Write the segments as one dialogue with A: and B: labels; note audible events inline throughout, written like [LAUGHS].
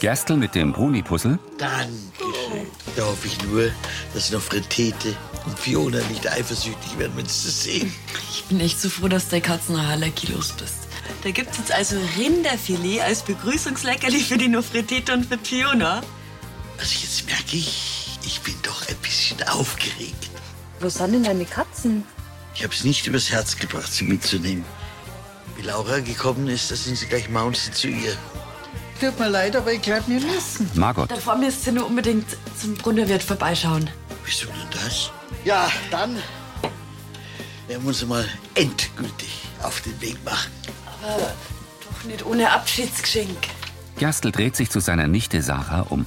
A: Gerstl mit dem Bruni-Puzzle,
B: Dankeschön. Da hoffe ich nur, dass noch Frittete und Fiona nicht eifersüchtig werden, wenn sie das sehen.
C: Ich bin echt so froh, dass der Katzenhaarlecki los bist. Da gibt's jetzt also Rinderfilet als Begrüßungsleckerli für die Nofretete und für Fiona.
B: Also jetzt merke ich, ich bin doch ein bisschen aufgeregt.
D: Wo sind denn deine Katzen?
B: Ich habe es nicht übers Herz gebracht, sie mitzunehmen. Wie Laura gekommen ist, da sind sie gleich maunzend zu ihr.
E: Tut mir leid, aber ich glaube, wir müssen.
A: Margot,
C: Da vor mir ist sie nur unbedingt zum Brunnerwirt vorbeischauen.
B: Wieso denn das? Ja, dann werden wir uns mal endgültig auf den Weg machen.
C: Ah, Doch nicht ohne Abschiedsgeschenk.
A: Gerstl dreht sich zu seiner Nichte Sarah um.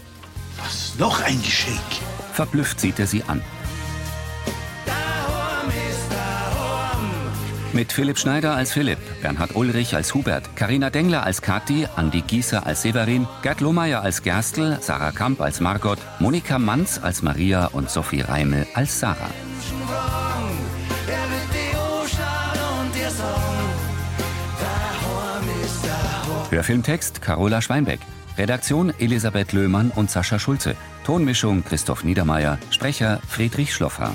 B: Was? Noch ein Geschenk?
A: Verblüfft sieht er sie an. Mit Philipp Schneider als Philipp, Bernhard Ulrich als Hubert, Karina Dengler als Kathi, Andi Gießer als Severin, Gerd Lohmeier als Gerstl, Sarah Kamp als Margot, Monika Manz als Maria und Sophie Reimel als Sarah. Hörfilmtext Carola Schweinbeck. Redaktion Elisabeth Löhmann und Sascha Schulze. Tonmischung Christoph Niedermeyer. Sprecher Friedrich Schloffer.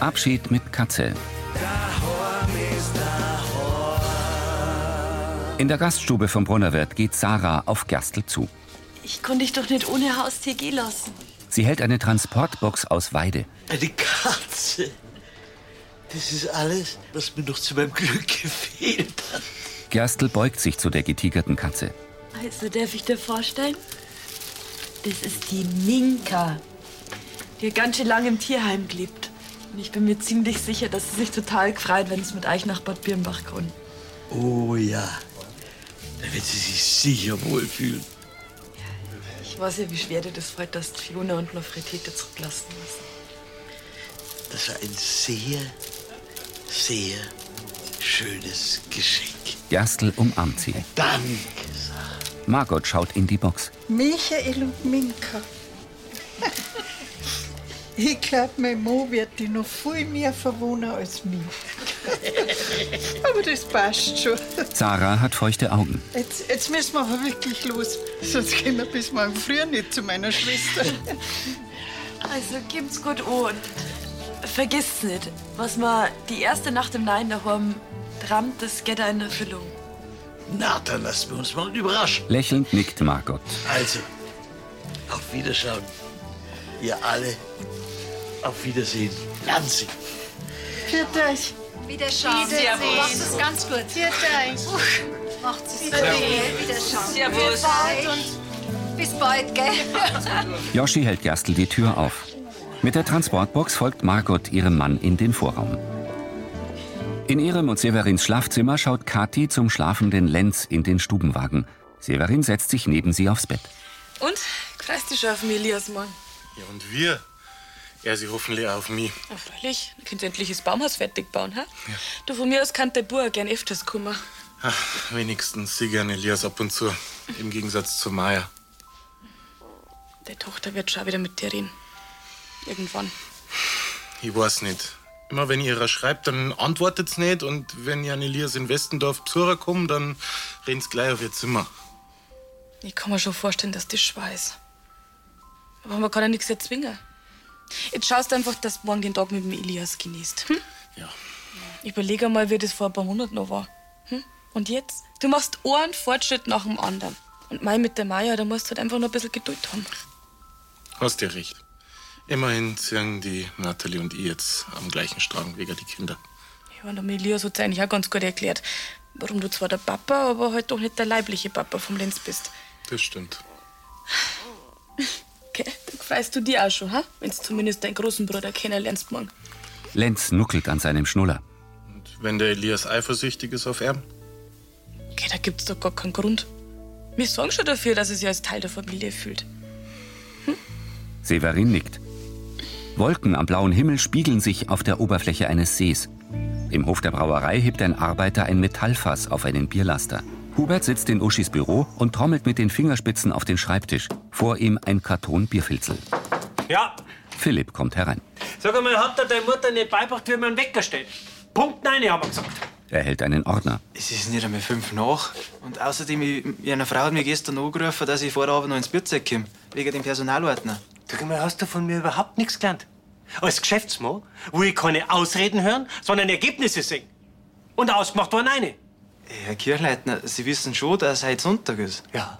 A: Abschied mit Katze. In der Gaststube vom Brunnerwirt geht Sarah auf Gerstl zu.
C: Ich konnte dich doch nicht ohne Haustier gehen lassen.
A: Sie hält eine Transportbox aus Weide.
E: Äh,
B: Eine Katze. Das ist alles, was mir noch zu meinem Glück gefehlt hat.
A: Gerstl beugt sich zu der getigerten Katze.
C: Also darf ich dir vorstellen? Das ist die Minka. Die hat ganz schön lange im Tierheim gelebt. Und ich bin mir ziemlich sicher, dass sie sich total gefreut, wenn es mit euch nach Bad Birnbach kommt.
B: Oh ja, da wird sie sich sicher wohlfühlen.
C: Ich weiß ja, wie schwer dir das freut, dass du Fiona und Nofretete zurücklassen musst.
B: Das war ein sehr, sehr schönes Geschenk.
A: Gerstl umarmt sie.
B: Danke, Sarah.
A: Margot schaut in die Box.
E: Michael und Minka. Ich glaube, mein Mo wird die noch viel mehr verwohnen als mich. Aber das passt schon.
A: Sarah hat feuchte Augen.
E: Jetzt, jetzt müssen wir aber wirklich los. Sonst gehen wir bis morgen früh nicht zu meiner Schwester.
C: Also gibt's gut an. und vergiss nicht, was man die erste Nacht im Nein daheim trammt, das geht in Erfüllung.
B: Na, dann lassen wir uns mal überraschen.
A: Lächelnd nickt Margot.
B: Also, auf Wiederschauen. Ihr alle, auf Wiedersehen. Lansing.
E: Für dich.
D: Wiederschauen. Wiedersehen. Macht es ganz gut.
E: Für dich.
D: Macht es gut. Wiederschauen. Servus. Bis bald, gell?
A: Joschi hält Gerstl die Tür auf. Mit der Transportbox folgt Margot ihrem Mann in den Vorraum. In ihrem und Severins Schlafzimmer schaut Kathi zum schlafenden Lenz in den Stubenwagen. Severin setzt sich neben sie aufs Bett.
F: Und? Kreist dich schon auf den Elias morgen.
G: Ja, und wir? Er sie hoffentlich auch auf mich.
F: Ja, freilich. Dann könnt ihr endlich das Baumhaus fertig bauen, hä? Du, von mir aus kann der Bauer gern öfters kommen.
G: Ach, wenigstens sie gern Elias ab und zu. Im Gegensatz zu Maya.
F: Deine Tochter wird schon wieder mit dir reden. Irgendwann.
G: Ich weiß nicht. Immer wenn ihr ihrer schreibt, dann antwortet's nicht. Und wenn ihr an Elias in Westendorf Besucher kommt, dann rennt's gleich auf ihr Zimmer.
F: Ich kann mir schon vorstellen, dass das schweiß. Aber man kann ja nichts erzwingen. Jetzt schaust du einfach, dass du morgen den Tag mit dem Elias genießt. Hm?
G: Ja.
F: Überleg einmal, wie das vor ein paar Monaten noch war. Hm? Und jetzt? Du machst einen Fortschritt nach dem anderen. Und mein mit der Maya, da musst du halt einfach nur ein bisschen Geduld haben.
G: Hast dir recht. Immerhin ziehen die Natalie und ich jetzt am gleichen Strang wegen die Kinder.
F: Ja, und der Elias hat eigentlich auch ganz gut erklärt, warum du zwar der Papa, aber halt doch nicht der leibliche Papa vom Lenz bist.
G: Das stimmt.
F: Okay, dann freust du dich auch schon, ha? Wenn du zumindest deinen großen Bruder kennenlernst morgen.
A: Lenz nuckelt an seinem Schnuller.
G: Und wenn der Elias eifersüchtig ist auf er,
F: Okay, da gibt's doch gar keinen Grund. Wir sorgen schon dafür, dass er sich als Teil der Familie fühlt.
A: Severin nickt. Wolken am blauen Himmel spiegeln sich auf der Oberfläche eines Sees. Im Hof der Brauerei hebt ein Arbeiter ein Metallfass auf einen Bierlaster. Hubert sitzt in Uschis Büro und trommelt mit den Fingerspitzen auf den Schreibtisch. Vor ihm ein Karton Bierfilzel.
H: Ja,
A: Philipp kommt herein.
H: sag einmal, hat dir deine Mutter nicht beibracht, wie man weggestellt? Punkt 9, [LAUGHS] haben wir gesagt.
A: Er hält einen Ordner.
I: Es ist nicht einmal fünf nach. Und außerdem, ich, eine Frau hat mir gestern angerufen, dass ich vor Abend noch ins Bierzeit komme. Wegen dem Personalordner.
J: Sag mal, hast du von mir überhaupt nichts gelernt? Als Geschäftsmann will ich keine Ausreden hören, sondern Ergebnisse sehen. Und ausgemacht waren eine.
I: Herr Kirchleitner, Sie wissen schon, dass heute Sonntag ist.
J: Ja.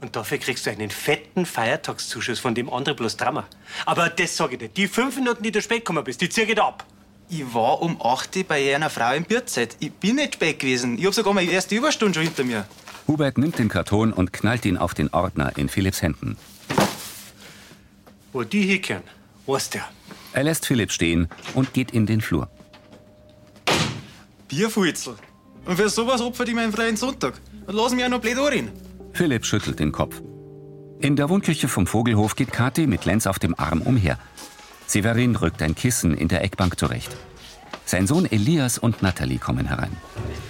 J: Und dafür kriegst du einen fetten Feiertagszuschuss, von dem andere bloß Drama. Aber das sage ich dir. Die fünf Minuten, die du spät gekommen bist, die ziehe ich dir ab.
I: Ich war um 8 Uhr bei einer Frau im Bierzeit. Ich bin nicht spät gewesen. Ich habe sogar meine erste Überstunde schon hinter mir.
A: Hubert nimmt den Karton und knallt ihn auf den Ordner in Philipps Händen.
J: Wo die hinkehren, weiß der.
A: Er lässt Philipp stehen und geht in den Flur.
I: Bierfutzel. Und für sowas opfert ich meinen freien Sonntag. Und lass mich auch noch blöd anreden.
A: Philipp schüttelt den Kopf. In der Wohnküche vom Vogelhof geht Kathi mit Lenz auf dem Arm umher. Severin rückt ein Kissen in der Eckbank zurecht. Sein Sohn Elias und Natalie kommen herein.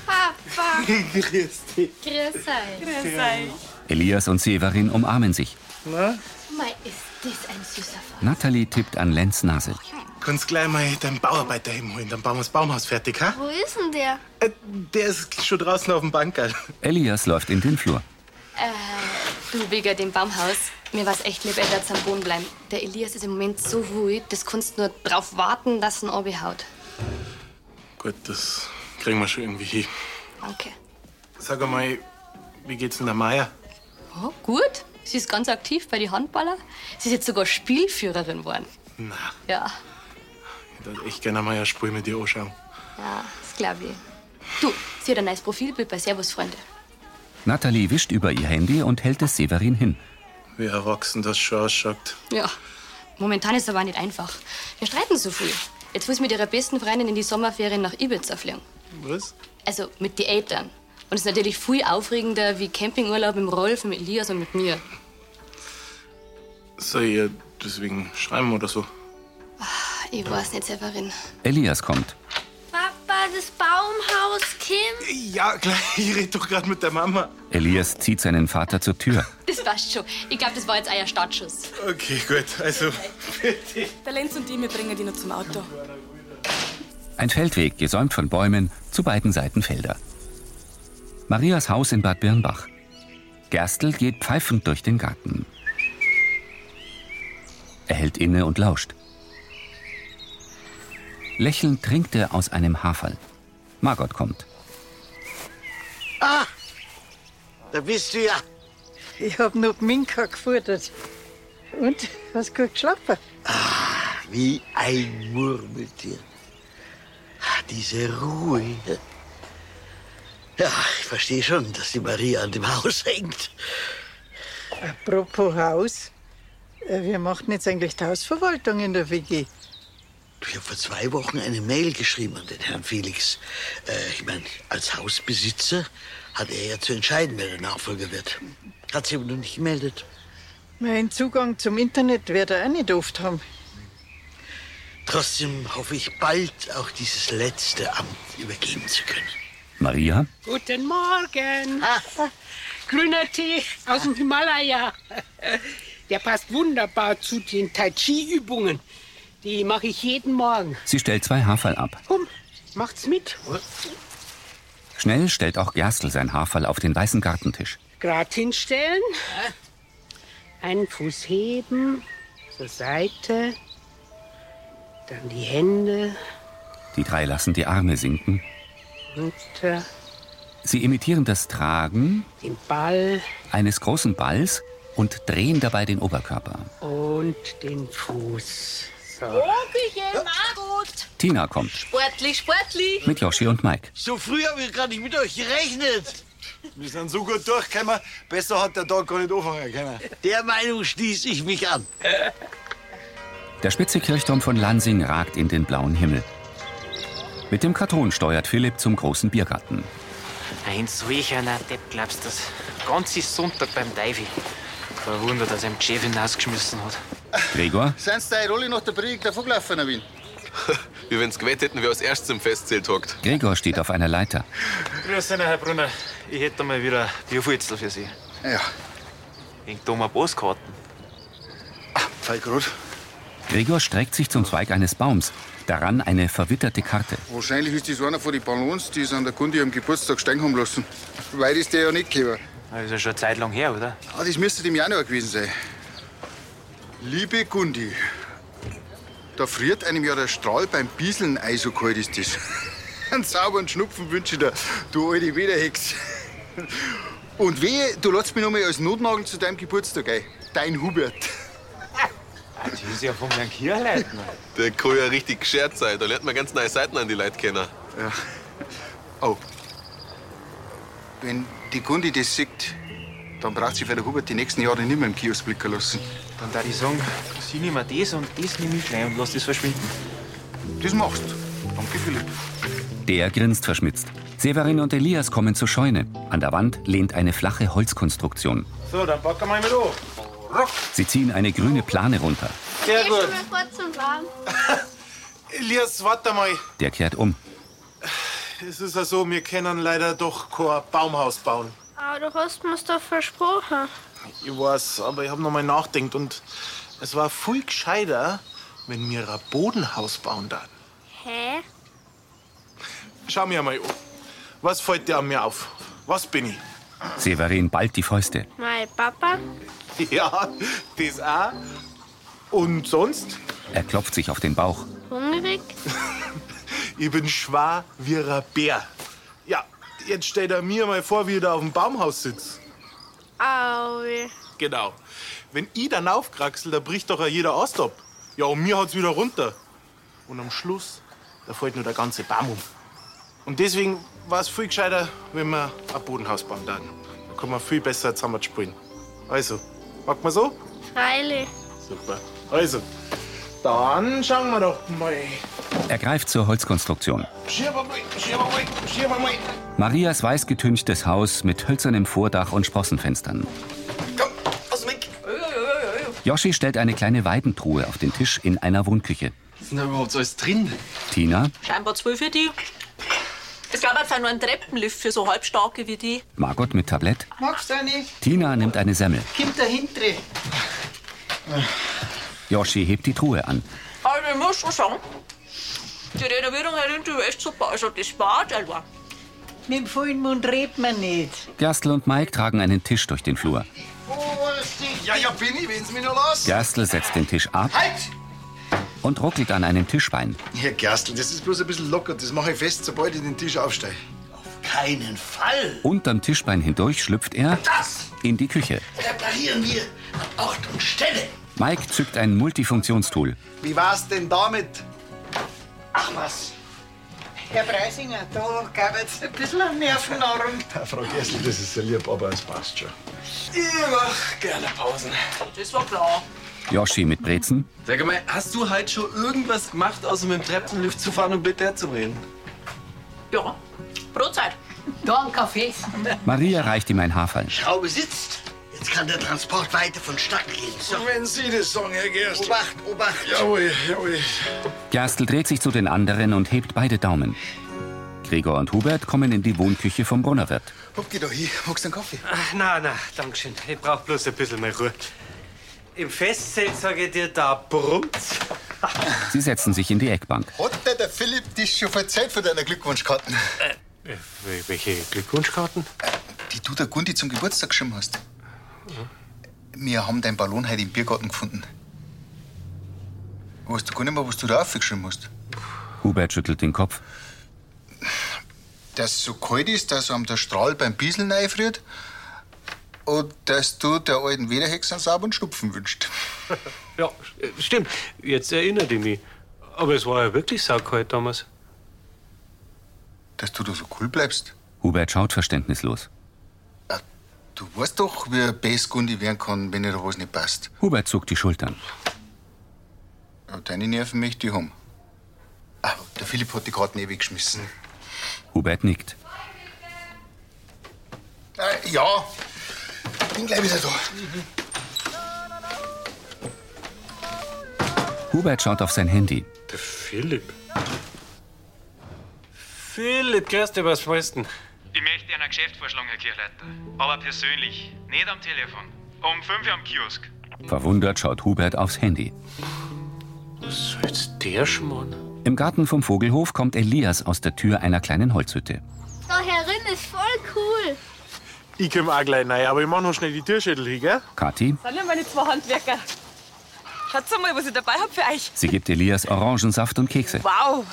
K: Papa.
B: Grüß dich.
K: Grüß euch.
A: Elias und Severin umarmen sich.
K: Mei, ist das ein süßer Fall.
A: Natalie tippt an Lenz Nase.
G: Kannst gleich mal deinen Bauarbeiter hinholen, dann bauen wir das Baumhaus fertig, ha?
K: Wo ist denn der?
G: Äh, der ist schon draußen auf dem Bankerl.
A: Elias läuft in den Flur.
D: Äh, du, wegen dem Baumhaus. Mir war's echt lieb, er wird's am Boden bleiben. Der Elias ist im Moment so ruhig, das kannst nur drauf warten, dass ihn haut.
G: Gut, das kriegen wir schon irgendwie hin.
D: Danke.
G: Sag mal, wie geht's denn der Meier?
D: Oh, gut. Sie ist ganz aktiv bei den Handballer. Sie ist jetzt sogar Spielführerin geworden.
G: Na,
D: Ja,
G: ich würde echt gerne mal ein Spiel mit dir anschauen.
D: ja, das glaube ich. Du, sie hat ein neues Profilbild bei Servus, Freunde.
A: Natalie wischt über ihr Handy und hält es Severin hin.
G: Wie erwachsen das schon ausschaut.
D: Ja, momentan ist es aber nicht einfach. Wir streiten so viel. Jetzt will sie mit ihrer besten Freundin in die Sommerferien nach Ibiza fliegen.
G: Was?
D: Also mit den Eltern. Und es ist natürlich viel aufregender wie Campingurlaub im Rolf, mit Elias und mit mir.
G: Soll ich ihr deswegen schreiben oder so?
D: Ich weiß nicht, Severin.
A: Elias kommt.
K: Papa, das Baumhaus Kim.
G: Ja, Ah, gleich. [LAUGHS] Ich rede doch gerade mit der Mama.
A: Elias zieht seinen Vater zur Tür.
D: Das passt schon. Ich glaube, das war jetzt euer Startschuss.
G: Okay, gut. Also,
F: Der Lenz und ich, wir bringen die noch zum Auto.
A: Ein Feldweg, gesäumt von Bäumen, zu beiden Seiten Felder. Marias Haus in Bad Birnbach. Gerstl geht pfeifend durch den Garten. Er hält inne und lauscht. Lächelnd trinkt er aus einem Haferl. Margot kommt.
B: Ah, da bist du ja.
E: Ich hab noch Minka gefordert. Und, hast gut geschlafen?
B: Wie ein Murmeltier. Ah, Diese Ruhe. Ja, ich verstehe schon, dass die Maria an dem Haus hängt.
E: Apropos Haus. äh, Wir machen jetzt eigentlich die Hausverwaltung in der WG.
B: Ich habe vor zwei Wochen eine Mail geschrieben an den Herrn Felix. Äh, ich meine, als Hausbesitzer hat er ja zu entscheiden, wer der Nachfolger wird. Hat sich aber noch nicht gemeldet.
E: Mein Zugang zum Internet wird er auch nicht oft haben.
B: Trotzdem hoffe ich, bald auch dieses letzte Amt übergeben zu können.
A: Maria?
L: Guten Morgen. Grüner Tee aus dem Himalaya. Der passt wunderbar zu den Tai Chi-Übungen. Die mache ich jeden Morgen.
A: Sie stellt zwei Haferl ab.
L: Komm, macht's mit.
A: Schnell stellt auch Gerstl sein Haferl auf den weißen Gartentisch.
L: Grad hinstellen. Einen Fuß heben. Zur Seite. Dann die Hände.
A: Die drei lassen die Arme sinken.
L: Runter.
A: Sie imitieren das Tragen
L: Den Ball.
A: eines großen Balls und drehen dabei den Oberkörper.
L: Und den Fuß. So.
K: Küche, Margot.
A: Tina kommt
K: Sportlich, sportlich.
A: mit Yoshi und Mike.
B: So früh habe ich gar nicht mit euch gerechnet.
M: Wir sind so gut durchgekommen, besser hat der Tag gar nicht anfangen können.
B: Der Meinung schließe ich mich an.
A: Der spitze Kirchturm von Lansing ragt in den blauen Himmel. Mit dem Karton steuert Philipp zum großen Biergarten.
I: Ein solcher Depp, glaubst du das? Ganz ist Sonntag beim Teufel. Kein Wunder, dass er ihm die Chefin rausgeschmissen hat.
A: Gregor,
N: Sind's deine Rolle nach der Predigt davon gelaufen, Herr Wien?
O: [LAUGHS] Wie wenn's gewettet hätten, wer als erstes im Festzelt hockt.
A: Gregor steht auf einer Leiter.
I: Grüß Sie, Herr Brunner. Ich hätte mal wieder ein Bierfutzel für Sie.
N: Ja. Ah,
I: Denkt da um eine Postkarten.
N: Fall grad.
A: Gregor streckt sich zum Zweig eines Baums, daran eine verwitterte Karte.
N: Wahrscheinlich ist das einer von den Ballons, die es an der Kunde am Geburtstag stehen haben lassen. Weit ist der ja nicht gekommen.
H: Das ist ja schon eine Zeit lang her, oder?
N: Ah, das müsste im Januar gewesen sein. Liebe Gundi, da friert einem ja der Strahl beim Bieseln ei so kalt ist das. [LAUGHS] Einen sauberen Schnupfen wünsche ich dir, du alte Wederhex. Und wehe, du lässt mich noch mal als Notnagel zu deinem Geburtstag ein. Dein Hubert.
H: Ah, Das ist ja von Herrn Kierleitner.
P: Der kann ja richtig geschert sein. Da lernt man ganz neue Seiten an die Leute kennen.
N: Ja. Oh. Wenn die Gundi das sieht, dann braucht sie für den Hubert die nächsten Jahre nicht mehr im Kiosk blicken lassen.
H: Dann darf ich sagen, sie nehmen das und das nehme ich gleich und lass das verschwinden.
N: Das machst du. Danke, Philipp.
A: Der grinst verschmitzt. Severin und Elias kommen zur Scheune. An der Wand lehnt eine flache Holzkonstruktion.
O: So, dann packen wir ihn mit an.
A: Sie ziehen eine grüne Plane runter.
O: Sehr gut.
Q: Sofort zum Baum.
G: [LAUGHS] Elias, warte mal.
A: Der kehrt um.
G: Es ist ja so, wir können leider doch kein Baumhaus bauen.
K: Aber du hast mir's doch versprochen.
G: Ich weiß, aber ich habe nochmal nachgedacht. Und es war viel gescheiter, wenn wir ein Bodenhaus bauen dann.
K: Hä?
G: Schau mir mal an. Was fällt dir an mir auf? Was bin ich?
A: Severin ballt die Fäuste.
K: Mein Papa?
G: [LAUGHS] Ja, das auch. Und sonst?
A: Er klopft sich auf den Bauch.
K: Hungrig?
G: Ich bin schwer wie ein Bär. Ja, jetzt stellt er mir mal vor, wie ich da auf dem Baumhaus sitze.
K: Au. weh.
G: Genau. Wenn ich dann aufkraxel, da bricht doch jeder Ast ab. Ja, und mir haut's wieder runter. Und am Schluss, da fällt nur der ganze Baum um. Und deswegen war es viel gescheiter, wenn wir ein Bodenhaus bauen dann. Da kann man viel besser zusammen spielen. Also, mag man so?
K: Freilich.
G: Super. Also, dann schauen wir doch mal.
A: Er greift zur Holzkonstruktion.
G: Schirmer mal, schirmer mal, schirmer mal.
A: Marias weiß getünchtes Haus mit hölzernem Vordach und Sprossenfenstern.
O: Aus dem Weg.
A: Joschi stellt eine kleine Weidentruhe auf den Tisch in einer Wohnküche.
O: Was ist denn da überhaupt alles drin?
A: Tina,
R: Scheinbar zwölf für die. Es gab jetzt auch nur einen Treppenlift für so halbstarke wie die.
A: Margot mit Tablett.
E: Magst du eine?
A: Tina nimmt eine Semmel.
E: Kommt dahinter.
A: Joschi hebt die Truhe an.
R: Also ich muss schon sagen, die Renovierung hat irgendwie echt super. Also das war selber.
E: Mit dem vollen Mund redet man nicht.
A: Gerstl und Mike tragen einen Tisch durch den Flur.
S: Ja, ja, bin ich, wenn's mich noch lassen.
A: Gerstl setzt den Tisch ab
S: Halt!
A: und ruckelt an einem Tischbein.
S: Herr Gerstl, das ist bloß ein bisschen locker. Das mache ich fest, sobald ich den Tisch aufsteige. Auf keinen Fall!
A: Unterm Tischbein hindurch schlüpft er in die Küche.
B: Reparieren wir an Ort und Stelle.
A: Mike zückt ein Multifunktionstool.
S: Wie war's denn damit?
E: Ach was. Herr Preisinger, da gab es ein bisschen eine Nervennahrung.
S: Frau Gerstl, das ist sehr lieb, aber es passt schon.
O: Ich mach gerne Pausen.
R: Das war klar.
A: Joschi mit Brezen,
O: Sag mal, hast du halt schon irgendwas gemacht, außer mit dem Treppenlift zu fahren und mit der zu reden?
R: Ja, Brotzeit.
L: Da ein Kaffee.
A: Maria reicht ihm ein Haferl.
B: Schraube sitzt. Jetzt kann der Transport weiter vonstatten gehen. So.
S: Wenn Sie das sagen, Herr Gerstl.
B: Obacht, Obacht.
S: Jawohl, jawohl.
A: Gerstl dreht sich zu den anderen und hebt beide Daumen. Gregor und Hubert kommen in die Wohnküche vom Brunnerwirt.
J: Hopp, geh doch hin. Magst du einen Kaffee? Ach, Ah, na, na, danke schön. Ich brauch bloß ein bisschen mehr Ruhe. Im Festzelt sage ich dir, da brummt's.
A: Sie setzen sich in die Eckbank.
S: Hat dir der Philipp dich schon verzeiht von deiner Glückwunschkarten?
J: Welche Glückwunschkarten?
S: Die du der Gundi zum Geburtstag geschrieben hast. Wir haben deinen Ballon heute im Biergarten gefunden. Weißt du gar nicht mehr, was du da aufgeschrieben hast?
A: Hubert schüttelt den Kopf.
S: Dass es so kalt ist, dass einem der Strahl beim Bieseln einfriert. Und dass du der alten Wederhex einen sauberen Schnupfen wünscht.
J: Ja, stimmt. Jetzt erinnert ich mich. Aber es war ja wirklich saukalt damals.
S: Dass du da so cool bleibst.
A: Hubert schaut verständnislos.
S: Du weißt doch, wie ein Bass Gundi werden kann, wenn dir da was nicht passt.
A: Hubert zuckt die Schultern.
S: Aber deine Nerven möchte ich haben. Aber der Philipp hat die Karten eh weggeschmissen.
A: Hubert nickt.
S: Äh, ja, bin gleich wieder da.
A: Hubert schaut auf sein Handy.
J: Der Philipp. Philipp, grüß dich, was weißt denn?
T: Ich möchte einen Geschäftsvorschlag, Herr Kirchleiter. Aber persönlich, nicht am Telefon. Um 5 Uhr am Kiosk.
A: Verwundert schaut Hubert aufs Handy.
J: Was soll jetzt der Schmarrn?
A: Im Garten vom Vogelhof kommt Elias aus der Tür einer kleinen Holzhütte.
K: Da herin ist voll cool.
G: Ich komm auch gleich rein, aber ich mach noch schnell die Türschädel hin, gell?
A: Kathi,
U: Sind ja meine zwei Handwerker. Schaut mal, was ich dabei hab für euch.
A: sie gibt Elias Orangensaft und Kekse.
U: Wow,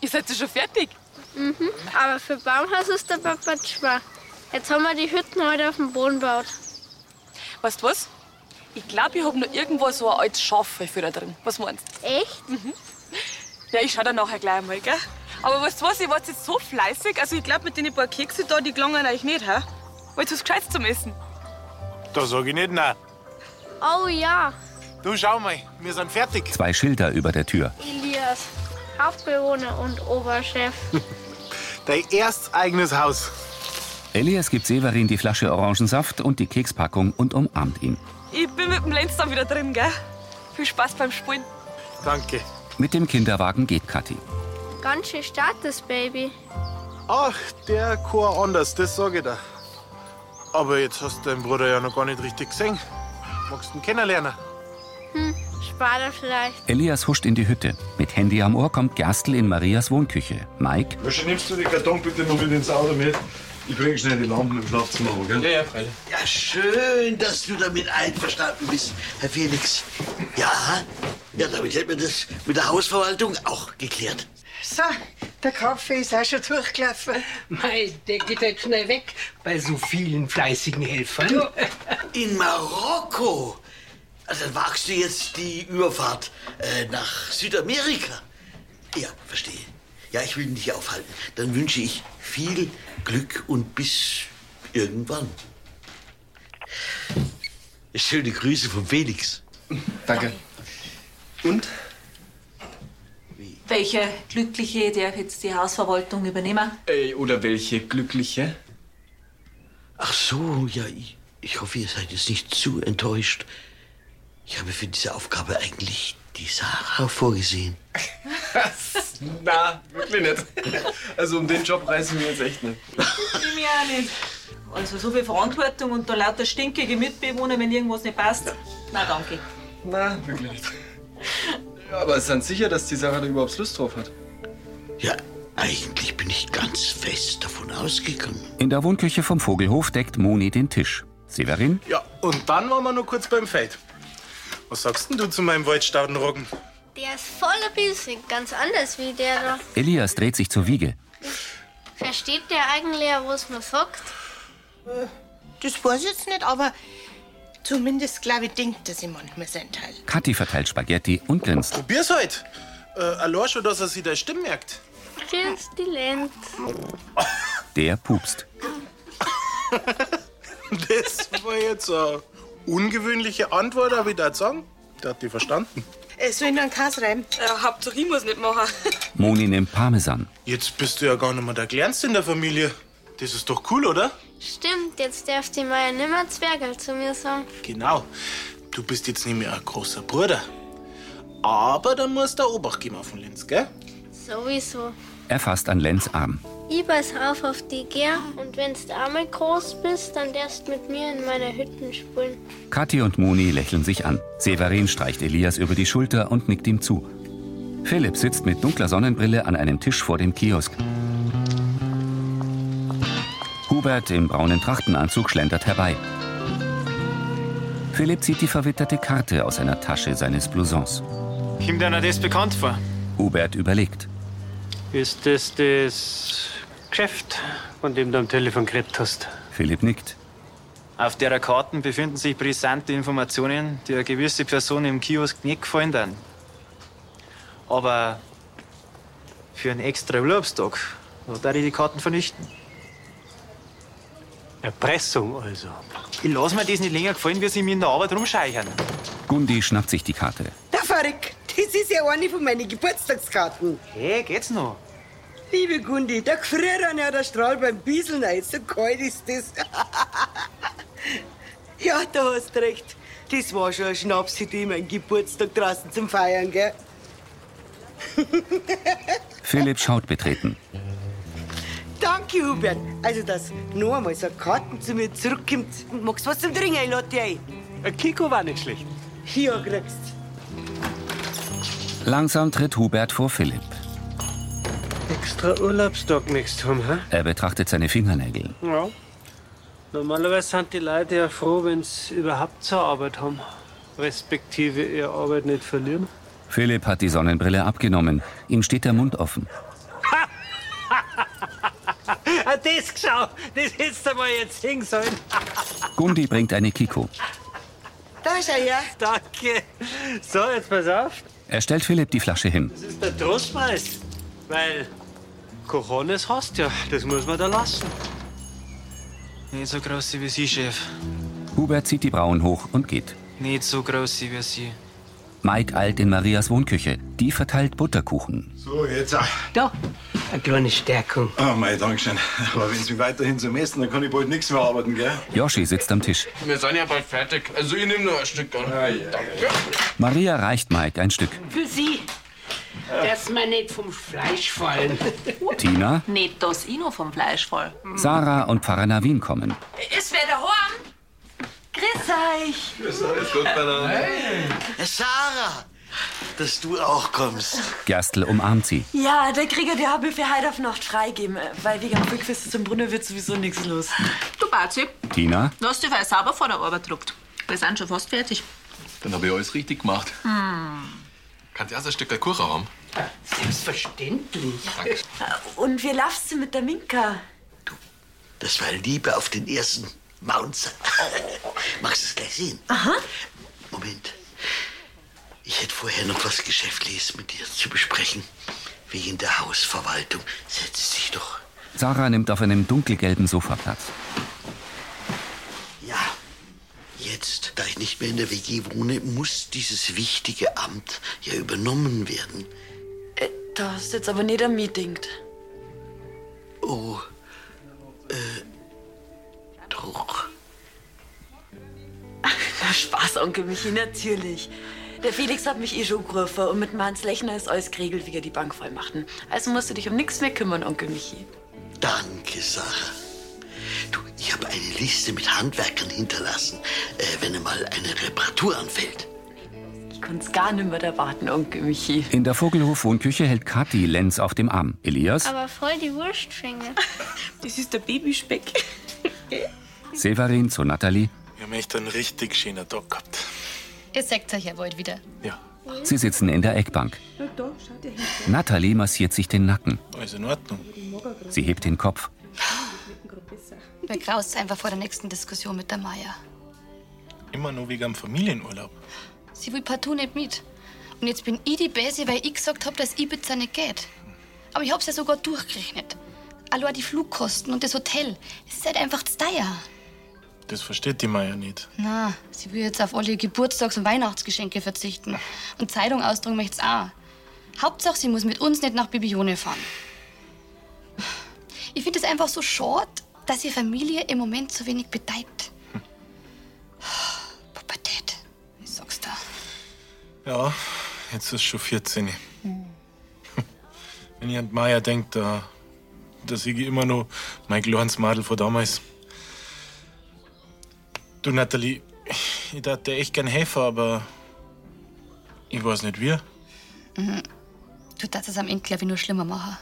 U: ihr seid ja schon fertig.
K: Mhm. Aber für Baumhaus ist der Papa schwach. Jetzt haben wir die Hütten heute auf dem Boden gebaut.
U: Weißt du was? Ich glaube, ich hab noch irgendwo so ein altes Schaffell da drin. Was meinst du?
K: Echt?
U: Mhm. Ja, ich schau da nachher gleich mal, gell? Aber weißt du was, ihr wart jetzt so fleißig. Also ich glaube, mit den paar Kekse da, die gelangen euch nicht, hä? Wollt ihr was Gescheites zum Essen?
G: Da sag ich nicht nein.
K: Oh ja,
G: Du schau mal, wir sind fertig.
A: Zwei Schilder über der Tür.
K: Elias. Hauptbewohner und Oberchef.
G: Dein erst eigenes Haus.
A: Elias gibt Severin die Flasche Orangensaft und die Kekspackung und umarmt ihn.
U: Ich bin mit dem Lenz dann wieder drin, gell? Viel Spaß beim Spielen.
G: Danke.
A: Mit dem Kinderwagen geht Kathi.
K: Ganz schön stark, das Baby.
G: Ach, der Chor anders, das sag ich dir. Aber jetzt hast du deinen Bruder ja noch gar nicht richtig gesehen. Magst du ihn kennenlernen?
K: Hm, Sparer vielleicht.
A: Elias huscht in die Hütte. Mit Handy am Ohr kommt Gerstl in Marias Wohnküche. Mike,
V: Wäsche nimmst du den Karton bitte mal mit ins Auto mit? Ich bringe schnell die Lampen im Schlafzimmer an, gell? Ja, ja, freilich.
B: Ja, schön, dass du damit einverstanden bist, Herr Felix. Ja, ja, damit hätten wir das mit der Hausverwaltung auch geklärt.
E: So, der Kaffee ist auch schon durchgelaufen.
L: Mei, der geht halt schnell weg bei so vielen fleißigen Helfern.
B: In Marokko? Also wagst du jetzt die Überfahrt äh, nach Südamerika? Ja, verstehe. Ja, ich will dich aufhalten. Dann wünsche ich viel Glück und bis irgendwann. Schöne Grüße von Felix. Danke. Und?
W: Welche Glückliche darf jetzt die Hausverwaltung übernehmen?
R: [LAUGHS]
O: Ey, oder welche glückliche?
B: Ach so, ja, ich, ich hoffe, ihr seid jetzt nicht zu enttäuscht. Ich habe für diese Aufgabe eigentlich die Sarah vorgesehen.
O: [LAUGHS] Na, wirklich nicht. Also um den Job reißen wir jetzt echt nicht.
W: Ich mir auch nicht. Also so viel Verantwortung und da lauter stinkige Mitbewohner, wenn irgendwas nicht passt. Na danke.
O: Na, wirklich nicht. Ja, aber sind sicher, dass die Sarah da überhaupt Lust drauf hat?
B: Ja, eigentlich bin ich ganz fest davon ausgegangen.
A: in der Wohnküche vom Vogelhof deckt Moni den Tisch. Severin,
G: Ja, und dann waren wir noch kurz beim Feld. Was sagst denn du zu meinem Waldstaudenroggen?
K: Der ist voller Biesig, ganz anders wie der da.
A: Elias dreht sich zur Wiege.
K: Versteht der eigentlich, auch, was man sagt?
X: Äh, Das weiß ich jetzt nicht, aber zumindest glaube ich, denkt er sich manchmal seinen Teil.
A: Kathi verteilt Spaghetti und grinst.
G: Probier's halt. Äh, allein schon, dass er sich deine Stimme merkt.
K: Tschüss, die Lenz.
A: Der pupst.
G: Das war jetzt eine ungewöhnliche Antwort, aber ich darf sagen, der hat die verstanden.
X: Äh, soll ich noch einen Käse reiben?
F: Äh, Hauptsache, ich muss nicht machen.
A: Moni nimmt Parmesan.
G: Jetzt bist du ja gar nicht mehr der Kleinste in der Familie. Das ist doch cool, oder?
K: Stimmt, jetzt darf die Maya nimmer Zwergel zu mir sagen.
G: Genau. Du bist jetzt nicht mehr ein großer Bruder. Aber dann musst du auch Obacht geben auf den Linz, gell?
K: Sowieso.
A: Er fasst an Lenz Arm.
K: Ich pass auf auf die Gär und wenn's du einmal groß bist, dann darfst mit mir in meiner Hütten spielen.
A: Kathi und Moni lächeln sich an. Severin streicht Elias über die Schulter und nickt ihm zu. Philipp sitzt mit dunkler Sonnenbrille an einem Tisch vor dem Kiosk. Hubert im braunen Trachtenanzug schlendert herbei. Philipp zieht die verwitterte Karte aus einer Tasche seines Blousons.
I: Kommt einer das bekannt vor?
A: Hubert überlegt.
I: Ist das das Geschäft, von dem du am Telefon geredet hast?
A: Philipp nickt.
I: Auf derer Karten befinden sich brisante Informationen, die eine gewisse Person im Kiosk nicht gefallen dann. Aber für einen extra Urlaubstag, da darf ich die Karten vernichten. Erpressung also. Ich lass mir das nicht länger gefallen, wie sie mich in der Arbeit rumscheichern.
A: Gundi schnappt sich die Karte.
I: Der Verrück!
X: Das ist ja eine von meinen Geburtstagskarten.
I: Hey, geht's noch?
X: Liebe Gundi, da gefriert einem ja der Strahl beim Bieseln ein. So kalt ist das. [LAUGHS] ja, da hast du recht. Das war schon eine Schnapsidee, meinen Geburtstag draußen zum Feiern, gell?
A: Philipp schaut betreten.
X: Danke, Hubert. Also, dass noch einmal so eine Karten zu mir zurückkommt. Und magst was zum Trinken? Ich lade dich ein. Ein Kiko war nicht schlecht. Hier kriegst
A: Langsam tritt Hubert vor Philipp.
J: Extra Urlaubstag nächstes haben, hä?
A: Er betrachtet seine Fingernägel.
J: Ja. Normalerweise sind die Leute ja froh, wenn sie überhaupt zur Arbeit haben. Respektive ihre Arbeit nicht verlieren.
A: Philipp hat die Sonnenbrille abgenommen. Ihm steht der Mund offen.
J: [LAUGHS] Ah, Das geschaut, das hättest du mal jetzt hängen sollen.
A: Gundi bringt eine Kiko.
J: Da schau her. Danke. So, jetzt pass auf.
A: Er stellt Philipp die Flasche hin.
J: Das ist der Trostpreis. Weil Cojones hast ja, das muss man da lassen.
I: Nicht so groß wie Sie, Chef.
A: Hubert zieht die Brauen hoch und geht.
I: Nicht so groß wie Sie.
A: Mike eilt in Marias Wohnküche. Die verteilt Butterkuchen.
V: So, jetzt auch.
L: Da, eine kleine Stärkung.
V: Oh, mein Dankeschön. Aber wenn Sie mich weiterhin so messen, dann kann ich bald nichts mehr arbeiten, gell?
A: Yoshi sitzt am Tisch.
O: Wir sind ja bald fertig. Also ich nehme noch ein Stück an.
V: Ah,
O: Danke.
A: Maria reicht Mike ein Stück.
L: Für Sie, dass wir nicht vom Fleisch fallen.
A: Tina,
R: Nicht, dass ich noch vom Fleisch fall.
A: Sarah und Pfarrer Navin kommen.
R: Es wäre der Horn.
B: Grüß euch. Grüß euch, Gott beieinander. Sarah, dass du auch kommst.
A: Gerstl umarmt sie.
C: Ja, der Krieger, der hat mir für heute auf Nacht freigeben, weil wegen dem Rückfest zum Brunnen wird sowieso nichts los.
R: Du, Bazi,
A: Tina,
R: du hast dich voll sauber vor der Arbeit gedruckt. Wir sind schon fast fertig.
O: Dann habe ich alles richtig gemacht.
R: Hm.
O: Kannst du erst ein Stück Kuchen haben?
C: Selbstverständlich. Und wie laufst du mit der Minka?
B: Das war Liebe auf den ersten Mounzer. [LAUGHS] Magst du es gleich sehen?
C: Aha.
B: Moment. Ich hätte vorher noch was Geschäftliches mit dir zu besprechen. Wegen der Hausverwaltung. Setz dich doch.
A: Sarah nimmt auf einem dunkelgelben Sofa Platz.
B: Ja. Jetzt, da ich nicht mehr in der WG wohne, muss dieses wichtige Amt ja übernommen werden.
C: Äh, Da hast du jetzt aber nicht an mich gedacht.
R: [LAUGHS]
B: Oh. Äh. Doch.
C: Na, Spaß, Onkel Michi, natürlich. Der Felix hat mich eh schon gerufen und mit dem Hans Lechner ist alles geregelt, wie er die Bank vollmachten. Also musst du dich um nichts mehr kümmern, Onkel Michi.
B: Danke, Sarah. Du, ich habe eine Liste mit Handwerkern hinterlassen, äh, wenn einmal eine Reparatur anfällt.
C: Ich konnte gar nicht mehr erwarten, Onkel Michi.
A: In der Vogelhof-Wohnküche hält Kathi Lenz auf dem Arm. Elias,
K: Aber voll die [LAUGHS] Wurstfinger.
U: Das ist der Babyspeck.
A: Severin zu Natalie.
G: Ich habe echt einen richtig schönen Tag gehabt.
Q: Ihr sagt euch ja bald wieder.
A: Sie sitzen in der Eckbank. Natalie massiert sich den Nacken.
G: Alles in Ordnung.
A: Sie hebt den Kopf.
Q: Mir graust einfach vor der nächsten Diskussion mit der Maya.
G: Immer nur wegen dem Familienurlaub.
Q: Sie will partout nicht mit. Und jetzt bin ich die Bäse, weil ich gesagt habe, dass Ibiza nicht geht. Aber ich hab's ja sogar durchgerechnet. Allein die Flugkosten und das Hotel. Es ist halt einfach zu teuer.
G: Das versteht die Maya nicht.
Q: Na, sie will jetzt auf alle Geburtstags- und Weihnachtsgeschenke verzichten. Und Zeitung ausdrucken möchte's auch. Hauptsache, sie muss mit uns nicht nach Bibione fahren. Ich finde es einfach so schade, dass ihr Familie im Moment so wenig beteiligt. Pubertät, ich sag's dir.
G: Ja, jetzt ist schon 14. Wenn ich an die Maya denkt, da, da sehe ich immer noch mein kleines Madel von damals. Du, Nathalie, ich dachte dir echt gern helfen, aber ich weiß nicht wie.
Q: Mhm. Du darfst es am Ende, glaube ich, nur schlimmer machen.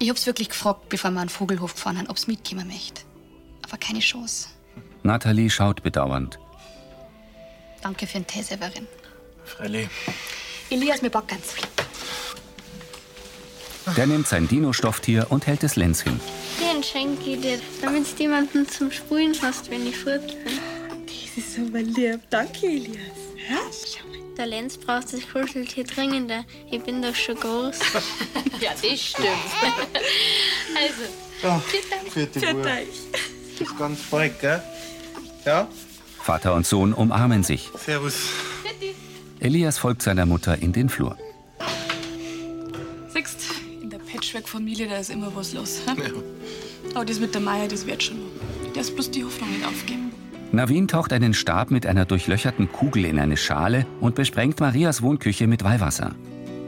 Q: Ich hab's wirklich gefragt, bevor wir an den Vogelhof gefahren haben, ob's mitkommen möchte. Aber keine Chance.
A: Natalie schaut bedauernd.
Q: Danke für den Tee, Severin.
G: Freilich.
Q: Elias, mir backen.
A: Der nimmt sein Dino-Stofftier und hält es Lenz hin.
K: Den schenke ich dir, damit du jemanden zum Sprühen hast, wenn ich fort bin. Das ist super lieb. Danke, Elias. Ja? Der Lenz braucht das Kuscheltier dringender. Ich bin doch schon groß. ja, das stimmt. [LAUGHS] also,
G: Ja,
K: vierte Vierte Uhr. euch.
G: Bis ganz bald, gell? Ja?
A: Vater und Sohn umarmen sich.
G: Servus.
A: Elias folgt seiner Mutter in den Flur.
F: Siehst, in der Patchwork-Familie, da ist immer was los. Hm? Aber das mit der Maya, das wird schon noch. Der ist bloß die Hoffnung nicht aufgeben.
A: Navin taucht einen Stab mit einer durchlöcherten Kugel in eine Schale und besprengt Marias Wohnküche mit Weihwasser.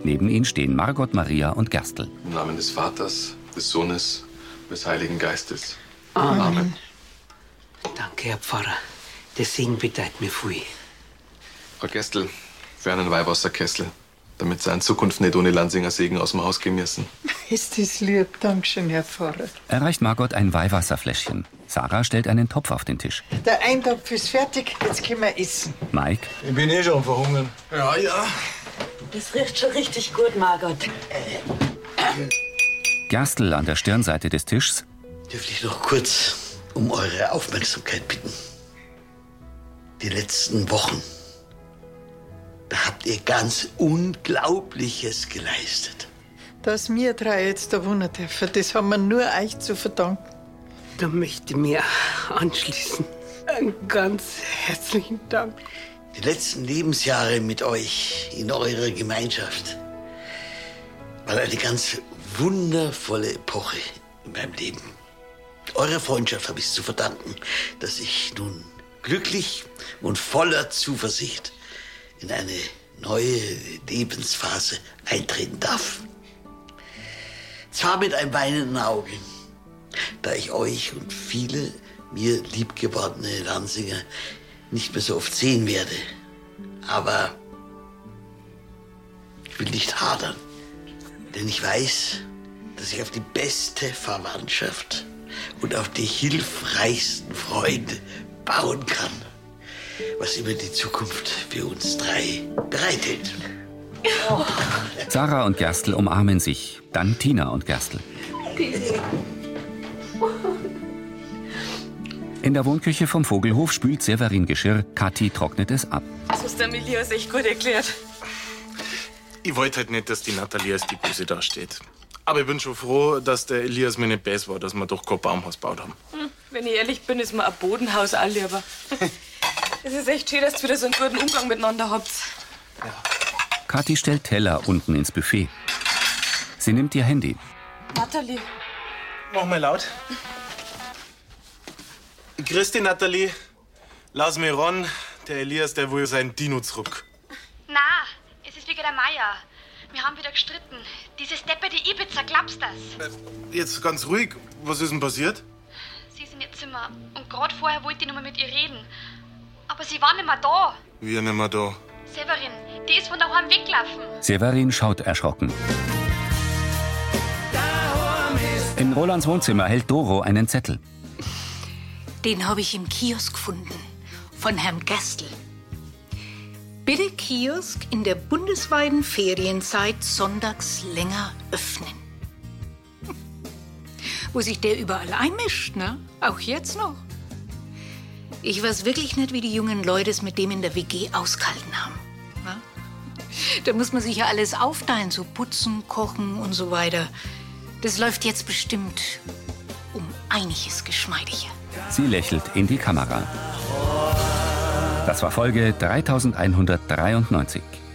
A: Neben ihnen stehen Margot, Maria und Gerstl.
V: Im Namen des Vaters, des Sohnes, des Heiligen Geistes.
L: Amen. Danke, Herr Pfarrer. Der Segen bedeutet mir viel.
V: Frau Gerstl,
D: für einen Weihwasserkessel, damit sie in Zukunft nicht ohne Lansinger Segen aus dem Haus gehen müssen.
E: Ist das lieb. Dankeschön, Herr Pfarrer.
A: Erreicht Margot ein Weihwasserfläschchen. Sarah stellt einen Topf auf den Tisch.
E: Der Eintopf ist fertig, jetzt können wir essen.
A: Mike,
V: Ich
O: E
V: bin eh schon verhungern. Ja, ja.
C: Das riecht schon richtig gut, Margot.
A: Gerstl an der Stirnseite des Tisches,
B: Dürfte ich noch kurz um eure Aufmerksamkeit bitten. Die letzten Wochen, da habt ihr ganz Unglaubliches geleistet.
E: Dass wir drei jetzt da wohnen dürfen, das haben wir nur euch zu verdanken.
L: Da möchte ich mir anschließen.
B: Einen ganz herzlichen Dank. Die letzten Lebensjahre mit euch in eurer Gemeinschaft waren eine ganz wundervolle Epoche in meinem Leben. Eurer Freundschaft habe ich es zu verdanken, dass ich nun glücklich und voller Zuversicht in eine neue Lebensphase eintreten darf. Zwar mit einem weinenden Auge, da ich euch und viele mir liebgewordene Lansinger nicht mehr so oft sehen werde. Aber ich will nicht hadern, denn ich weiß, dass ich auf die beste Verwandtschaft und auf die hilfreichsten Freunde bauen kann, was immer die Zukunft für uns drei bereithält.
A: Sarah und Gerstl umarmen sich, dann Tina und Gerstl. In der Wohnküche vom Vogelhof spült Severin Geschirr, Kathi trocknet es ab.
F: Das hast der Milias echt gut erklärt.
G: Ich wollte halt nicht, dass die Nathalie als die Böse dasteht. Aber ich bin schon froh, dass der Elias mir nicht besser war, dass wir doch kein Baumhaus gebaut haben.
F: Hm, Wenn ich ehrlich bin, ist mir ein Bodenhaus auch lieber. Es ist echt schön, dass ihr wieder so einen guten Umgang miteinander habt.
A: Kathi stellt Teller unten ins Buffet. Sie nimmt ihr Handy.
F: Natalie.
G: Mach mal laut. Grüß dich, Nathalie. Lass mich ran. Der Elias, der will seinen Dino zurück.
Q: Na, es ist wegen der Meier. Wir haben wieder gestritten. Diese Steppe, die Ibiza, glaubst das?
G: Jetzt ganz ruhig. Was ist denn passiert?
Q: Sie ist in ihr Zimmer und gerade vorher wollte ich nochmal mit ihr reden. Aber sie war nicht mehr da.
G: Wir nicht mehr da.
Q: Severin, die ist von daheim weggelaufen.
A: Severin schaut erschrocken. In Rolands Wohnzimmer hält Doro einen Zettel.
H: Den habe ich im Kiosk gefunden. Von Herrn Gerstl. Bitte Kiosk in der bundesweiten Ferienzeit sonntags länger öffnen. [LAUGHS] Wo sich der überall einmischt, ne? Auch jetzt noch. Ich weiß wirklich nicht, wie die jungen Leute es mit dem in der WG ausgehalten haben. Ne? Da muss man sich ja alles aufteilen, so putzen, kochen und so weiter. Das läuft jetzt bestimmt um einiges geschmeidiger.
A: Sie lächelt in die Kamera. Das war Folge 3193.